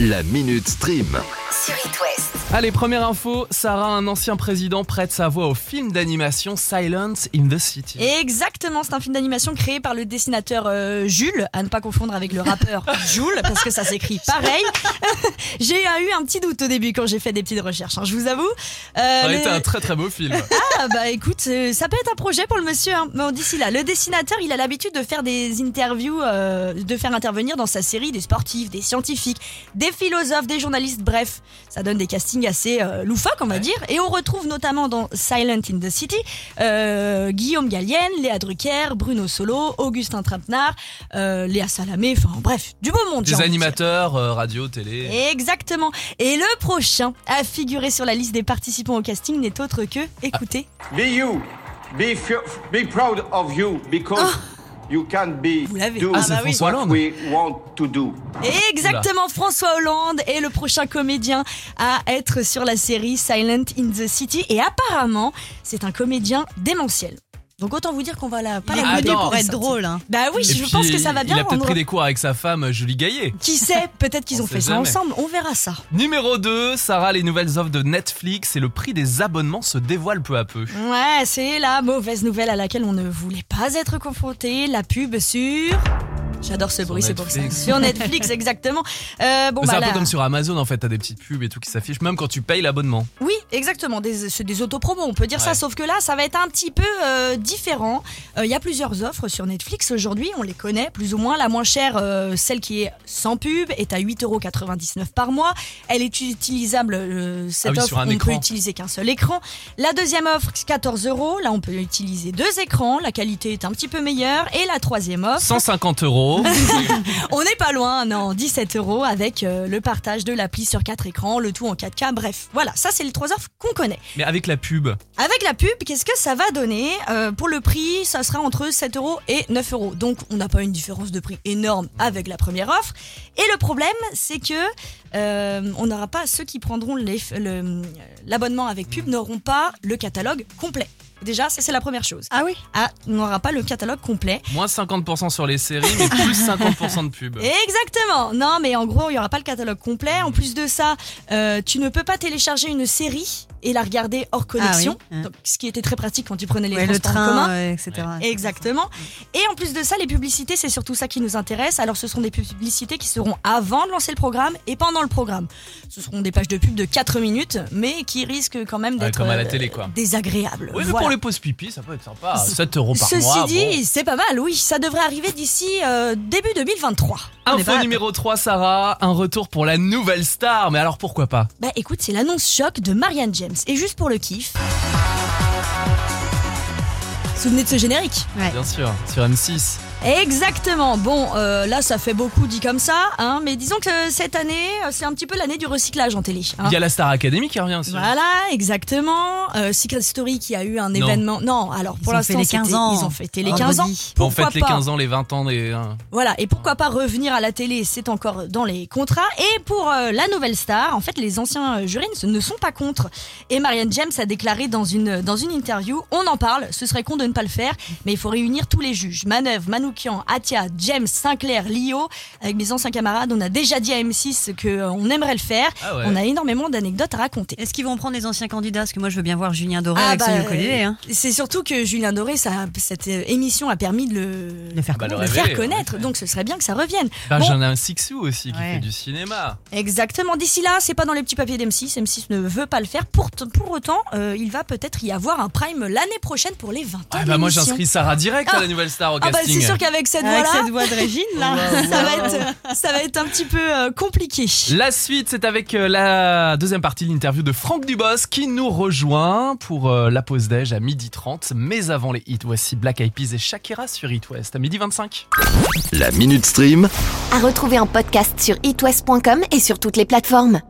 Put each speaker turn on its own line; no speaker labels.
La Minute Stream.
sur It West.
Allez, première info, Sarah, un ancien président prête sa voix au film d'animation Silence in the City.
Exactement, c'est un film d'animation créé par le dessinateur euh, Jules, à ne pas confondre avec le rappeur Jules, parce que ça s'écrit pareil. j'ai euh, eu un petit doute au début quand j'ai fait des petites recherches, hein, je vous avoue. Euh,
Ça a
le-
été un très très beau film.
Ah bah écoute, euh, ça peut être un projet pour le monsieur. hein. Bon, d'ici là, le dessinateur, il a l'habitude de faire des interviews, euh, de faire intervenir dans sa série des sportifs, des scientifiques, des philosophes, des journalistes, bref. Ça donne des castings assez euh, loufoques, on va dire. Et on retrouve notamment dans Silent in the City euh, Guillaume Gallienne, Léa Drucker, Bruno Solo, Augustin Trapenard, euh, Léa Salamé, enfin bref, du beau monde. j'ai
Des
envie de dire.
animateurs, euh, radio, télé.
Exactement. Et le prochain à figurer sur la liste des participants au casting n'est autre que, écoutez,
Be you. Be, f- be proud of you because you can be
Ah. Vous l'avez.
do
Ah,
c'est
bah oui.
François
what
Hollande.
we want to do.
Exactement, François Hollande est le prochain comédien à être sur la série Silent in the City et apparemment c'est un comédien démentiel. Donc autant vous dire qu'on va la pas
Il
la
Ah
est connu
louper
pour
ça.
être
hein.
Bah oui,
Ah Et
je
puis,
pense que ça va bien.
Il a peut-être
on
pris
aura-
des cours avec sa femme Julie Gaillet.
Qui sait, peut-être qu'ils
On
ont
sait
fait ça
jamais.
ensemble, on verra ça.
Numéro 2, Sarah, les nouvelles offres de Netflix et le prix des abonnements se dévoilent peu à peu.
Ouais, c'est la mauvaise nouvelle à laquelle on ne voulait pas être confronté, la pub sur J'adore ce
Sur
bruit, c'est pour ça.
Netflix.
Sur Netflix, exactement. Euh, bon,
c'est
bah,
un peu
là-
comme sur Amazon en fait, t'as des petites pubs et tout qui s'affichent même quand tu payes l'abonnement.
Oui, exactement, des, c'est des autopromos, on peut dire
Ouais.
ça, sauf que là, ça va être un petit peu euh, différent. Euh, Il y a plusieurs offres sur Netflix aujourd'hui, on les connaît plus ou moins. La moins chère, euh, celle qui est sans pub, est à 8,99€ par mois. Elle est utilisable, euh, cette
Ah oui,
offre,
sur un
on
écran.
peut utiliser qu'un seul écran. La deuxième offre, 14 euros. là on peut utiliser deux écrans, la qualité est un petit peu meilleure. Et la troisième offre,
150 euros.
on n'est pas loin, non, 17 euros avec euh, le partage de l'appli sur quatre écrans, le tout en 4K, bref. Voilà, ça c'est les trois offres qu'on connaît.
Mais avec la pub,
Avec la pub, qu'est-ce que ça va donner Euh, Pour le prix, ça sera entre 7 euros et 9 euros. Donc, on n'a pas une différence de prix énorme avec la première offre. Et le problème, c'est que euh, on n'aura pas ceux qui prendront les- le- euh, l'abonnement avec pub n'auront pas le catalogue complet. Déjà, ça c'est la première chose. Ah oui Ah, on n'aura pas le catalogue complet.
moins 50% sur les séries, mais plus 50% de pub.
Exactement. Non, mais en gros, il n'y aura pas le catalogue complet. En plus de ça, euh, tu ne peux pas télécharger une série et la regarder hors connexion.
Ah oui. Hein.
Donc, ce qui était très pratique quand tu prenais les
Ouais, le
transports en commun.
train, ouais, etc.
Exactement. Et en plus de ça, les publicités, c'est surtout ça qui nous intéresse. Alors, ce sont des publicités qui seront avant de lancer le programme et pendant le programme. Ce seront des pages de pub de 4 minutes, mais qui risquent quand même
Ouais,
d'être
comme à la
euh,
télé, quoi.
désagréables.
Oui, mais
Voilà.
pour les pauses pipi, ça peut être sympa. 7 euros par
Ceci
mois.
dit,
bon.
c'est pas mal, oui. Ça devrait arriver d'ici euh, début 2023. On est
Info
pas-
numéro 3, Sarah, un retour pour la nouvelle star. Mais alors pourquoi pas
Bah écoute, c'est l'annonce choc de Marianne James. Et juste pour le kiff. Souvenez de ce générique
Bien sûr, sur M6.
Exactement. Bon, euh, là, ça fait beaucoup dit comme ça, hein, mais disons que cette année, euh, c'est un petit peu l'année du recyclage en télé. hein.
Il y a la Star Academy qui revient aussi.
Voilà, exactement. Euh, Secret Story qui a eu un
Non.
événement. Non, alors pour
ont
l'instant,
fait les
c'était-
15 ans.
Ils ont fêté les 15 ans.
Vendredi.
Bon, en
Pourquoi
fait, les
pas
15 ans, les 20 ans, les. hein.
Voilà, et pourquoi pas revenir à la télé, c'est encore dans les contrats. Et pour euh, la nouvelle star, en fait, les anciens euh, jurés ne se- ne sont pas contre. Et Marianne James a déclaré dans une, euh, dans une interview, on en parle, ce serait con de ne pas le faire, mais il faut réunir tous les juges. Manœuvre, Manoukian, Atia, James, Sinclair, Lio. Avec mes anciens camarades, on a déjà dit à M6 que euh, on aimerait le faire.
Ah ouais.
On a énormément d'anecdotes à raconter.
Est-ce qu'ils vont prendre les anciens candidats Parce que moi, je veux bien voir Julien Doré
Ah
avec
bah,
son ukulélé. Hein.
C'est surtout que Julien Doré, ça, cette euh, émission a permis de le,
Le faire
Ah bah,
de
le
le faire
révéler, en
connaître,
effet.
donc ce serait bien que ça revienne.
Benjamin Sixou aussi qui
Ouais.
fait du cinéma.
Exactement, d'ici là, c'est pas dans les petits papiers d'M6, M6 ne veut pas le faire, pour, pour autant, euh, il va peut-être y avoir un prime l'année prochaine pour les 20 ans.
Ah, bah moi
d'émission.
j'inscris Sarah direct à la nouvelle star au
Ah bah
casting.
c'est sûr qu'avec cette
Avec
voix-là,
cette voix de Régine, là.
ça, va être- ça va être un petit peu euh, compliqué.
La suite, c'est avec euh, la deuxième partie de l'interview de Franck Dubos qui nous rejoint pour euh, la pause déj à 12h30. Mais avant les hits, voici Black Eyed Peas et Shakira sur Hit West à 12h25.
La Minute Stream.
À retrouver en podcast sur itwest.com et sur toutes les plateformes.